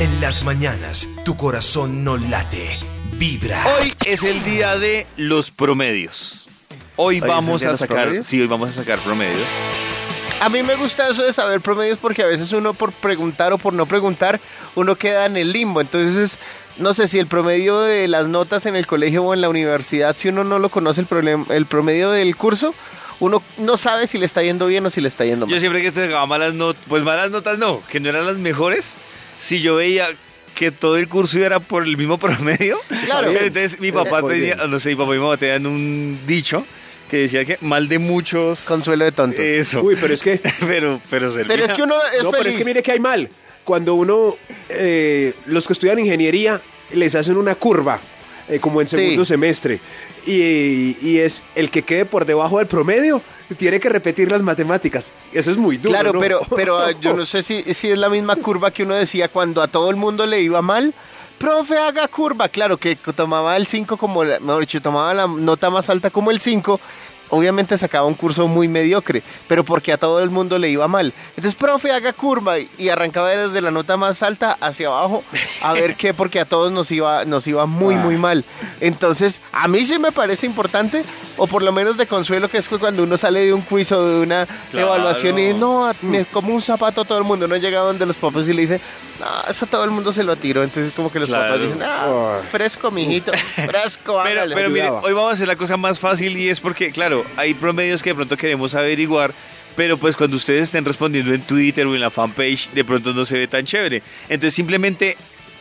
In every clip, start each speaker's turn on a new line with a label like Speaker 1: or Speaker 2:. Speaker 1: En las mañanas, tu corazón no late, vibra.
Speaker 2: Hoy es el día de los promedios. Hoy,
Speaker 3: ¿Hoy es el
Speaker 2: vamos
Speaker 3: día de
Speaker 2: a
Speaker 3: los
Speaker 2: sacar,
Speaker 3: promedios?
Speaker 2: sí, hoy vamos a sacar promedios.
Speaker 3: A mí me gusta eso de saber promedios porque a veces uno por preguntar o por no preguntar, uno queda en el limbo. Entonces, no sé si el promedio de las notas en el colegio o en la universidad, si uno no lo conoce, el, problem- el promedio del curso, uno no sabe si le está yendo bien o si le está yendo
Speaker 2: Yo
Speaker 3: mal.
Speaker 2: siempre que sacaba malas notas, pues malas notas no, que no eran las mejores, si yo veía que todo el curso era por el mismo promedio.
Speaker 3: Claro.
Speaker 2: Entonces mi papá
Speaker 4: Muy
Speaker 2: tenía,
Speaker 4: bien.
Speaker 2: no sé, mi papá y mi mamá tenían un dicho que decía que mal de muchos.
Speaker 3: Consuelo de tontos.
Speaker 2: Eso.
Speaker 4: Uy, pero es que.
Speaker 2: pero, pero servía.
Speaker 3: pero es que uno es
Speaker 4: no,
Speaker 3: feliz.
Speaker 4: pero es que mire que hay mal. Cuando uno. eh, los que estudian ingeniería les hacen una curva, eh, como en
Speaker 3: Sí.
Speaker 4: segundo semestre. Y, y es el que quede por debajo del promedio, tiene que repetir las matemáticas. Eso es muy duro.
Speaker 3: Claro,
Speaker 4: ¿no?
Speaker 3: pero, pero ah, yo no sé si, si es la misma curva que uno decía cuando a todo el mundo le iba mal. Profe, haga curva. Claro, que tomaba el 5 como, la, mejor dicho, tomaba la nota más alta como el 5. Obviamente sacaba un curso muy mediocre, pero porque a todo el mundo le iba mal. Entonces, profe, haga curva y- y arrancaba desde la nota más alta hacia abajo a ver qué, porque a todos nos iba, nos iba muy, muy mal. Entonces, a mí sí me parece importante, o por lo menos de consuelo, que es que cuando uno sale de un quiz o de una
Speaker 2: Claro.
Speaker 3: evaluación y no, me como un zapato todo el mundo, no llega donde los papás y le dicen, no, eso todo el mundo se lo tiró, entonces como que los
Speaker 2: Claro.
Speaker 3: papás dicen, ah,
Speaker 4: Ay.
Speaker 3: fresco, mijito, fresco,
Speaker 2: Pero,
Speaker 3: hágale".
Speaker 2: pero mire,
Speaker 4: Ayudaba.
Speaker 2: hoy vamos a hacer la cosa más fácil y es porque, claro, hay promedios que de pronto queremos averiguar, pero pues cuando ustedes estén respondiendo en Twitter o en la fanpage, de pronto no se ve tan chévere. Entonces simplemente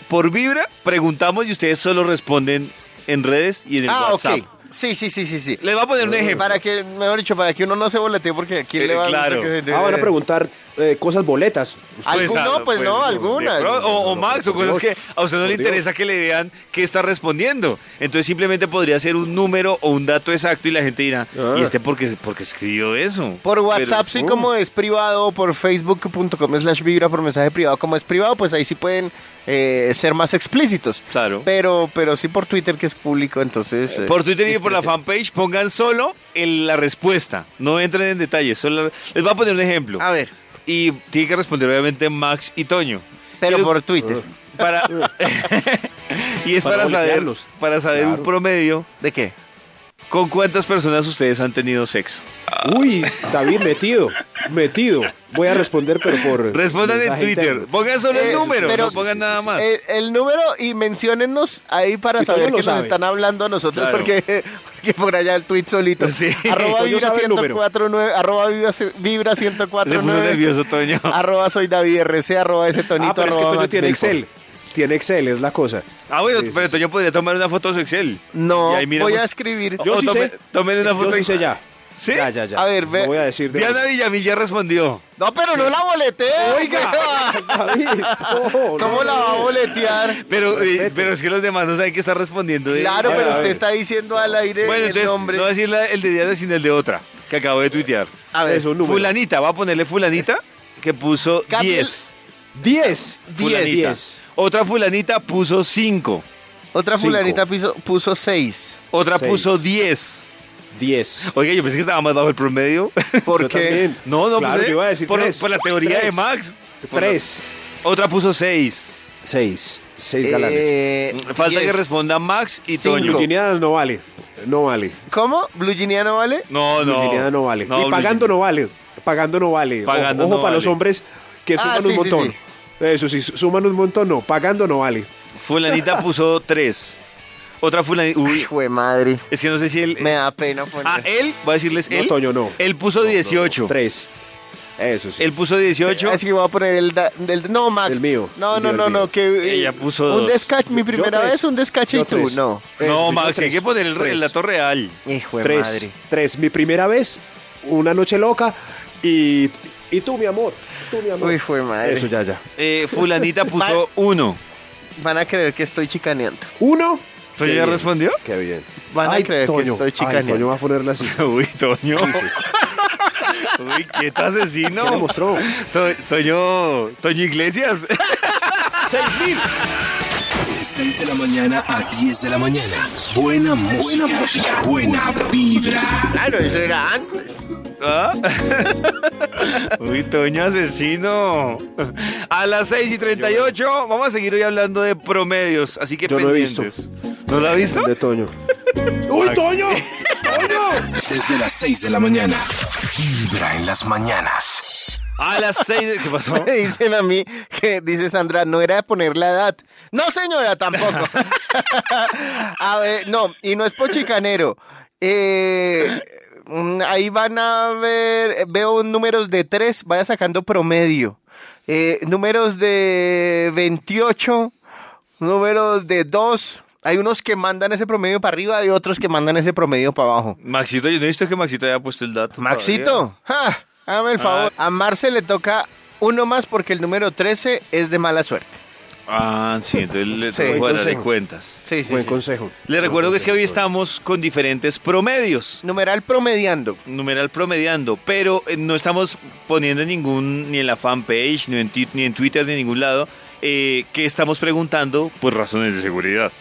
Speaker 2: por vibra preguntamos y ustedes solo responden en redes y en el
Speaker 3: ah,
Speaker 2: WhatsApp.
Speaker 3: ok, sí, sí, sí, sí, sí.
Speaker 2: Les voy a poner un ejemplo.
Speaker 3: Para que, mejor dicho, para que uno no se boletee, porque aquí
Speaker 2: Eh,
Speaker 3: le va a gustar
Speaker 2: claro.
Speaker 3: que se-
Speaker 4: Ah, van a preguntar eh, cosas boletas.
Speaker 3: Algún- no, pues no, algunas.
Speaker 2: ah, de pro- o, o Max, o
Speaker 4: Por
Speaker 2: cosas que
Speaker 4: Dios,
Speaker 2: a usted no
Speaker 4: por
Speaker 2: le
Speaker 4: Dios.
Speaker 2: interesa que le vean qué está respondiendo. Entonces simplemente podría ser un número o un dato exacto y la gente dirá,
Speaker 4: Ah.
Speaker 2: ¿y este por qué, por qué escribió eso?
Speaker 3: Por
Speaker 2: Pero-
Speaker 3: WhatsApp, sí, como es privado, por facebook.com slash vibra, por mensaje privado, como es privado, pues ahí sí pueden eh, ser más explícitos.
Speaker 2: Claro.
Speaker 3: Pero, pero sí por Twitter, que es público, entonces... eh,
Speaker 2: Por Twitter y por la
Speaker 3: discreción.
Speaker 2: fanpage pongan solo el- la respuesta. No entren en detalles. Solo, les voy a poner un ejemplo.
Speaker 3: A ver,
Speaker 2: Y tiene que responder obviamente Max y Toño.
Speaker 3: pero
Speaker 2: Quiero-
Speaker 3: por Twitter.
Speaker 2: Para, y es
Speaker 4: Para
Speaker 2: para, saber,
Speaker 4: boletearlos.
Speaker 2: para saber un
Speaker 4: Claro.
Speaker 2: promedio
Speaker 3: ¿De qué?
Speaker 2: con cuántas personas ustedes han tenido sexo.
Speaker 4: Uy, David, metido, metido. Voy a responder, pero por.
Speaker 2: Respondan en
Speaker 4: mensaje
Speaker 2: Twitter.
Speaker 4: interno.
Speaker 2: Pongan solo
Speaker 3: Eh,
Speaker 2: el número.
Speaker 3: pero-
Speaker 2: no pongan nada más.
Speaker 3: El, el número y menciónennos ahí para
Speaker 4: Y Toño
Speaker 3: saber
Speaker 4: lo
Speaker 3: que
Speaker 4: sabe.
Speaker 3: nos están hablando a nosotros,
Speaker 2: Claro.
Speaker 3: porque, porque por allá el tweet solito.
Speaker 2: Sí.
Speaker 3: Arroba
Speaker 4: Toño
Speaker 3: vibra
Speaker 4: sabe el número.
Speaker 3: 1049, arroba vibra, vibra
Speaker 2: Se puso
Speaker 3: 1049,
Speaker 2: nervioso Toño.
Speaker 3: arroba soy David RC, arroba ese tonito,
Speaker 4: Ah, pero es que
Speaker 3: arroba
Speaker 4: Toño
Speaker 3: Max
Speaker 4: tiene
Speaker 3: Belfort.
Speaker 4: Excel. Tiene Excel, es la cosa.
Speaker 2: Ah, bueno,
Speaker 4: Sí, sí,
Speaker 2: pero
Speaker 4: sí.
Speaker 2: Toño podría tomar una foto de su Excel.
Speaker 3: No,
Speaker 2: Y ahí miramos.
Speaker 3: voy a escribir.
Speaker 4: Yo
Speaker 2: O
Speaker 4: sí
Speaker 2: tome-
Speaker 4: sé.
Speaker 2: Tomen una foto
Speaker 4: Yo
Speaker 2: de
Speaker 4: sí sé ya.
Speaker 2: ¿Sí?
Speaker 4: Ya, ya, ya.
Speaker 3: A ver, ve-
Speaker 4: Lo voy a decir. de
Speaker 2: Diana
Speaker 4: una.
Speaker 2: Villamil ya respondió.
Speaker 3: No, pero no la boleté.
Speaker 4: David, no,
Speaker 3: ¿Cómo
Speaker 4: no,
Speaker 3: la
Speaker 4: no.
Speaker 3: va a boletear?
Speaker 2: Pero, eh, pero es que los demás no saben que está respondiendo. de-
Speaker 3: Claro,
Speaker 4: a
Speaker 3: pero
Speaker 4: ver.
Speaker 3: usted está diciendo al aire
Speaker 2: Bueno,
Speaker 3: el
Speaker 2: entonces,
Speaker 3: nombre.
Speaker 2: no voy a decir la- el de Diana, sino el de otra, que acabo de tuitear.
Speaker 3: A ver,
Speaker 4: Es un número.
Speaker 2: Fulanita, va a ponerle fulanita, que puso
Speaker 3: Cambia
Speaker 2: 10.
Speaker 4: 10.
Speaker 2: Fulanita. Otra fulanita puso 5.
Speaker 3: otra
Speaker 4: Cinco.
Speaker 3: fulanita piso- puso seis.
Speaker 2: Otra
Speaker 4: Seis.
Speaker 2: puso 10.
Speaker 4: 10.
Speaker 2: Oiga, yo pensé que estaba más bajo el promedio.
Speaker 3: ¿Por qué?
Speaker 2: No, no,
Speaker 4: claro,
Speaker 2: pues, eh,
Speaker 4: yo iba a decir
Speaker 2: por,
Speaker 4: 3.
Speaker 2: por la teoría de Max. Por la-
Speaker 4: 3.
Speaker 2: Otra puso 6.
Speaker 4: 6. 6 galanes.
Speaker 3: Eh,
Speaker 2: Falta que
Speaker 3: diez.
Speaker 2: responda Max y
Speaker 3: Cinco.
Speaker 2: Toño.
Speaker 4: Virginiana no vale. No vale.
Speaker 3: ¿Cómo? ¿Blue Ginia no vale?
Speaker 2: No, no.
Speaker 4: Virginiana no vale. y
Speaker 2: No,
Speaker 4: pagando no vale. Pagando no vale.
Speaker 2: Pagando
Speaker 4: ojo
Speaker 2: no
Speaker 4: para los
Speaker 2: vale.
Speaker 4: hombres que
Speaker 3: Ah,
Speaker 4: suman
Speaker 3: sí, sí,
Speaker 4: un montón.
Speaker 3: sí.
Speaker 4: Eso sí, suman un montón, no. Pagando no vale.
Speaker 2: Fulanita puso 3. Otra fulanita. Uy,
Speaker 3: Hijo de madre.
Speaker 2: es que no sé si él.
Speaker 3: Me da pena poner.
Speaker 2: Ah, él, voy a decirles
Speaker 4: No,
Speaker 2: él.
Speaker 4: Toño, no.
Speaker 2: Él puso 18.
Speaker 4: 3. Eso sí.
Speaker 2: Él puso 18.
Speaker 3: Es que voy a poner el da- del no Max.
Speaker 4: El mío.
Speaker 3: No,
Speaker 4: El
Speaker 3: no,
Speaker 4: mío,
Speaker 3: no,
Speaker 4: el
Speaker 3: no,
Speaker 4: mío.
Speaker 3: que eh,
Speaker 2: Ella puso
Speaker 3: un
Speaker 2: dos.
Speaker 3: descache mi
Speaker 4: Yo
Speaker 3: primera
Speaker 4: tres.
Speaker 3: vez, un descache
Speaker 4: Yo
Speaker 3: y tú,
Speaker 4: tres. Este,
Speaker 3: no.
Speaker 2: No,
Speaker 4: Yo
Speaker 2: Max, hay
Speaker 4: tres.
Speaker 2: que poner el,
Speaker 4: Tres.
Speaker 2: el dato real.
Speaker 3: Hijo de
Speaker 4: Tres,
Speaker 3: madre.
Speaker 4: tres. Mi primera vez, una noche loca y, y tú, mi amor. Tú, mi amor.
Speaker 3: Uy, fue madre.
Speaker 4: Eso, ya, ya.
Speaker 2: Eh, fulanita puso 1.
Speaker 3: Van a creer que estoy chicaneando.
Speaker 4: Uno.
Speaker 2: ¿Toño
Speaker 4: Qué
Speaker 2: ya
Speaker 4: bien,
Speaker 2: respondió?
Speaker 4: Qué bien.
Speaker 3: Van a creer que
Speaker 4: Toño.
Speaker 3: estoy
Speaker 4: Ay,
Speaker 3: chicaneando.
Speaker 4: Toño va a ponerla así.
Speaker 2: Uy, Toño. Uy, quieto asesino.
Speaker 4: ¿Qué le mostró?
Speaker 2: To- Toño, Toño Iglesias.
Speaker 4: ¡Seis mil!
Speaker 1: De 6 de la mañana a 10 de la mañana. Buena música. Buena vibra.
Speaker 3: Claro, eso era antes.
Speaker 2: ¿Ah? Uy, Toño asesino. A las 6 y 38 vamos a seguir hoy hablando de promedios, así que
Speaker 4: Yo no he visto.
Speaker 2: pendientes. ¿No lo ha visto?
Speaker 4: De Toño.
Speaker 2: ¡Uy,
Speaker 4: Toño!
Speaker 1: Desde las 6 de la mañana. Vibra en las mañanas.
Speaker 2: A las 6... ¿Qué pasó?
Speaker 3: Me dicen a mí que dice Sandra, no era de poner la edad. No, señora, tampoco. a ver, no, y no es pochicanero. Eh, mm, ahí van a ver, eh, veo números de 3, vaya sacando promedio. Eh, números de 28, números de 2. Hay unos que mandan ese promedio para arriba y otros que mandan ese promedio para abajo.
Speaker 2: Maxito, yo no he visto que Maxito haya puesto el dato. todavía.
Speaker 3: Maxito, ja, hágame el favor. A Marce le toca uno más porque el número 13 es de mala suerte.
Speaker 2: Ah, sí, entonces le
Speaker 3: Sí.
Speaker 2: tengo que de
Speaker 4: Consejo.
Speaker 2: cuentas.
Speaker 3: Sí, sí.
Speaker 4: Buen
Speaker 3: sí.
Speaker 4: consejo.
Speaker 2: Les recuerdo que es que hoy estamos con diferentes promedios.
Speaker 3: Numeral promediando.
Speaker 2: numeral promediando, pero eh, no estamos poniendo en ningún, ni en la fanpage, ni en, ti- ni en Twitter, ni en ningún lado, eh, que estamos preguntando por razones de seguridad.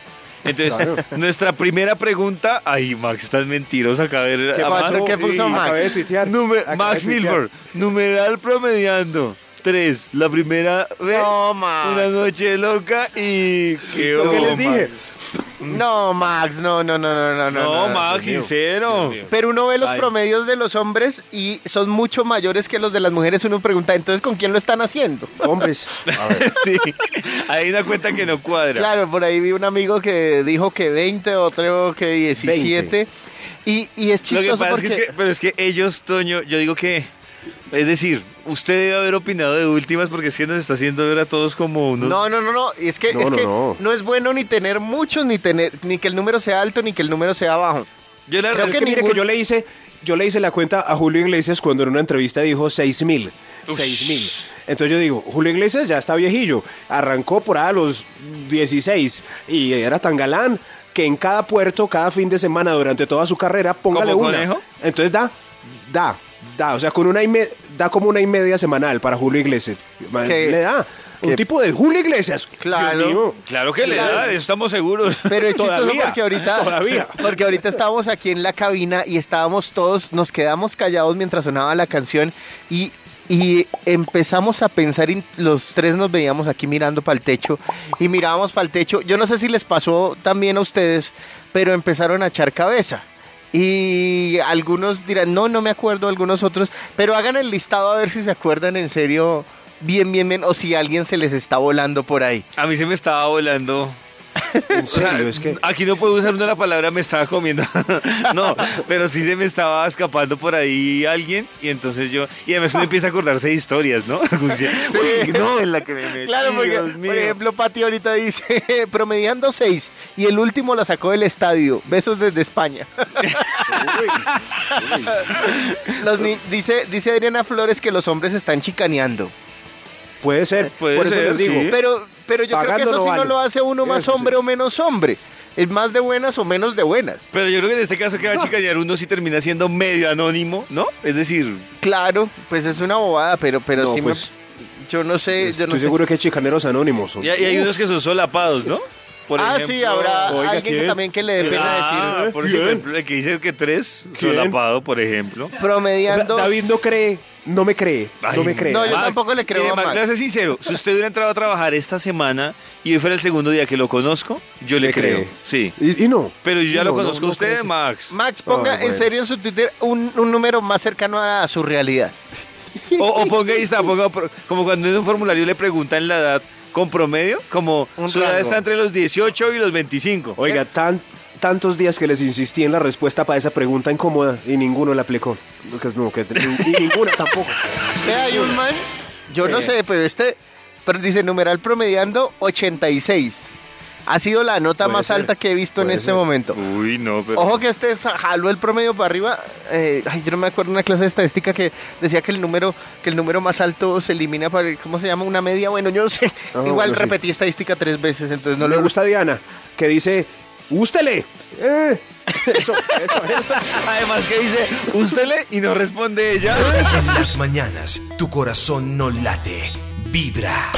Speaker 2: Entonces, nuestra primera pregunta, ay, Max, tan mentiroso acá ver
Speaker 3: ¿Qué
Speaker 2: a
Speaker 3: pasó?
Speaker 2: Max.
Speaker 3: ¿Qué puso
Speaker 2: Sí.
Speaker 3: Max?
Speaker 4: Acabé de tuitear.
Speaker 2: Nume-
Speaker 4: Acabé
Speaker 2: Max
Speaker 4: de tuitear.
Speaker 2: Milford, numeral promediando. Tres, la primera vez,
Speaker 3: No, Max.
Speaker 2: una noche loca y... ¿Qué
Speaker 4: Lo que
Speaker 2: hubo,
Speaker 4: les dije.
Speaker 2: Max?
Speaker 3: No, Max, no, no, no, no, no.
Speaker 2: No, Max,
Speaker 4: Dios mío.
Speaker 2: sincero.
Speaker 3: Pero uno ve los
Speaker 4: Ay.
Speaker 3: promedios de los hombres y son mucho mayores que los de las mujeres. Uno pregunta, entonces, ¿con quién lo están haciendo?
Speaker 4: Hombres.
Speaker 2: Sí, hay una cuenta que no cuadra.
Speaker 3: Claro, por ahí vi un amigo que dijo que 20, otro que 17. Y, y es
Speaker 2: Lo que
Speaker 3: chistoso
Speaker 2: pasa
Speaker 3: porque...
Speaker 2: es que, es que- pero es que ellos, Toño, yo digo que, es decir, usted debe haber opinado de últimas porque es que nos está haciendo ver a todos como unos...
Speaker 3: No, no, no, no. Es que,
Speaker 4: No,
Speaker 3: es
Speaker 4: no,
Speaker 3: que no.
Speaker 4: no.
Speaker 3: es bueno ni tener muchos, ni tener, ni que el número sea alto, ni que el número sea bajo.
Speaker 2: yo la
Speaker 3: creo
Speaker 2: verdad
Speaker 4: Es
Speaker 2: es
Speaker 4: que
Speaker 2: que...
Speaker 4: mire
Speaker 3: ningún-
Speaker 4: que yo le hice, yo le hice la cuenta a Julio Iglesias cuando en una entrevista dijo 6 mil. 6 mil. Entonces yo digo, Julio Iglesias ya está viejillo. Arrancó por ahí a los 16 y era tan galán que en cada puerto, cada fin de semana, durante toda su carrera, póngale
Speaker 2: ¿Como
Speaker 4: una.
Speaker 2: conejo?
Speaker 4: Entonces da, da, da. O sea, con una y me- da como una y media semanal para Julio Iglesias. Man,
Speaker 3: Que-
Speaker 4: Le da.
Speaker 3: que-
Speaker 4: Un tipo de Julio Iglesias. Dios
Speaker 3: Claro.
Speaker 4: mío.
Speaker 2: Claro que le da, de eso estamos seguros.
Speaker 3: Pero es chistoso
Speaker 4: Todavía,
Speaker 3: porque ahorita,
Speaker 4: todavía.
Speaker 3: porque ahorita estábamos aquí en la cabina y estábamos todos, nos quedamos callados mientras sonaba la canción y, y empezamos a pensar, y los tres nos veíamos aquí mirando para el techo y mirábamos para el techo. Yo no sé si les pasó también a ustedes, pero empezaron a echar cabeza. Y algunos dirán, no, no me acuerdo, algunos otros, pero hagan el listado a ver si se acuerdan en serio, bien, bien, bien, o si alguien se les está volando por ahí.
Speaker 2: A mí se me estaba volando...
Speaker 4: En
Speaker 2: O sea,
Speaker 4: serio, es que.
Speaker 2: Aquí no puedo usar una la palabra me estaba comiendo. no, pero sí se me estaba escapando por ahí alguien y entonces yo... Y además uno empieza a acordarse de historias, ¿no? Uy, no, en la que me metí,
Speaker 3: Claro, porque,
Speaker 2: Dios mío.
Speaker 3: por ejemplo, Pati ahorita dice, promediando seis, y el último la sacó del estadio. Besos desde España. Los ni- dice, dice Adriana Flores que los hombres están chicaneando.
Speaker 4: Puede ser.
Speaker 2: Eh, Puede
Speaker 4: por eso
Speaker 2: ser,
Speaker 4: les digo.
Speaker 2: sí.
Speaker 3: Pero, pero yo creo que
Speaker 4: Pagando
Speaker 3: eso
Speaker 4: no
Speaker 3: sí no
Speaker 4: vale.
Speaker 3: lo hace uno más
Speaker 4: Eso sí.
Speaker 3: hombre o menos hombre. Es más de buenas o menos de buenas.
Speaker 2: Pero yo creo que en este caso que va a chicanear uno si termina siendo medio anónimo, ¿no? Es decir,
Speaker 3: Claro, pues es una bobada, pero, pero
Speaker 4: No,
Speaker 3: sí me-
Speaker 4: pues,
Speaker 3: Yo no sé, yo
Speaker 4: Estoy
Speaker 3: no sé.
Speaker 4: seguro que hay chicaneros anónimos.
Speaker 2: y, hay y hay unos que son solapados, ¿no? Por
Speaker 3: ah,
Speaker 2: ejemplo-
Speaker 3: sí, habrá
Speaker 4: oiga,
Speaker 3: alguien que
Speaker 4: ¿quién?
Speaker 3: también que le dé pena
Speaker 2: Ah,
Speaker 3: decir. ¿eh?
Speaker 2: por
Speaker 4: ¿Quién?
Speaker 2: ejemplo, el que dice que tres,
Speaker 4: ¿Quién?
Speaker 2: solapado, por ejemplo.
Speaker 4: O sea,
Speaker 3: Promediando.
Speaker 4: David no cree, no me cree,
Speaker 2: Ay,
Speaker 4: no me cree. Ah,
Speaker 3: No, yo
Speaker 2: Max,
Speaker 3: tampoco le creo
Speaker 2: mire,
Speaker 3: a
Speaker 2: Max,
Speaker 3: Max.
Speaker 2: le voy a ser sincero, si usted hubiera entrado a trabajar esta semana y hoy fuera el segundo día que lo conozco, yo le
Speaker 4: Me
Speaker 2: creo.
Speaker 4: cree.
Speaker 2: Sí.
Speaker 4: Y, y no.
Speaker 2: Pero yo ya
Speaker 4: Y
Speaker 2: lo
Speaker 4: no, no,
Speaker 2: conozco
Speaker 4: no
Speaker 2: a usted,
Speaker 4: creo que-
Speaker 2: Max.
Speaker 3: Max, ponga
Speaker 4: Ay, bueno.
Speaker 3: en serio en su Twitter un, un número más cercano a su realidad.
Speaker 2: O, o ponga ahí está, ponga pro- como cuando en un formulario le preguntan la edad con promedio, como
Speaker 3: Un
Speaker 2: su edad
Speaker 3: rango.
Speaker 2: está entre los 18 y los 25.
Speaker 4: Oiga, tan, tantos días que les insistí en la respuesta para esa pregunta incómoda y ninguno la aplicó. No, que- no, que- ni- y ninguna tampoco.
Speaker 3: Vea, hay un man, yo no
Speaker 4: Sí.
Speaker 3: sé, pero este pero dice numeral promediando 86. Ha sido la nota
Speaker 4: Puede
Speaker 3: más
Speaker 4: ser,
Speaker 3: alta que he visto en
Speaker 4: puede
Speaker 3: este
Speaker 4: ser.
Speaker 3: momento.
Speaker 2: Uy, no, pero...
Speaker 3: Ojo que este sa- jaló el promedio para arriba. eh, ay, yo no me acuerdo una clase de estadística que decía que el número que el número más alto se elimina para el- ¿cómo se llama? Una media. Bueno, yo no sé.
Speaker 4: Ah,
Speaker 3: Igual
Speaker 4: bueno, sí.
Speaker 3: repetí estadística tres veces, entonces no
Speaker 4: No le
Speaker 3: lo
Speaker 4: gusta Diana, que dice, ústele. Eh, eso, eso, eso.
Speaker 2: Además que dice, usted le y no responde ella.
Speaker 1: En las mañanas, tu corazón no late, vibra.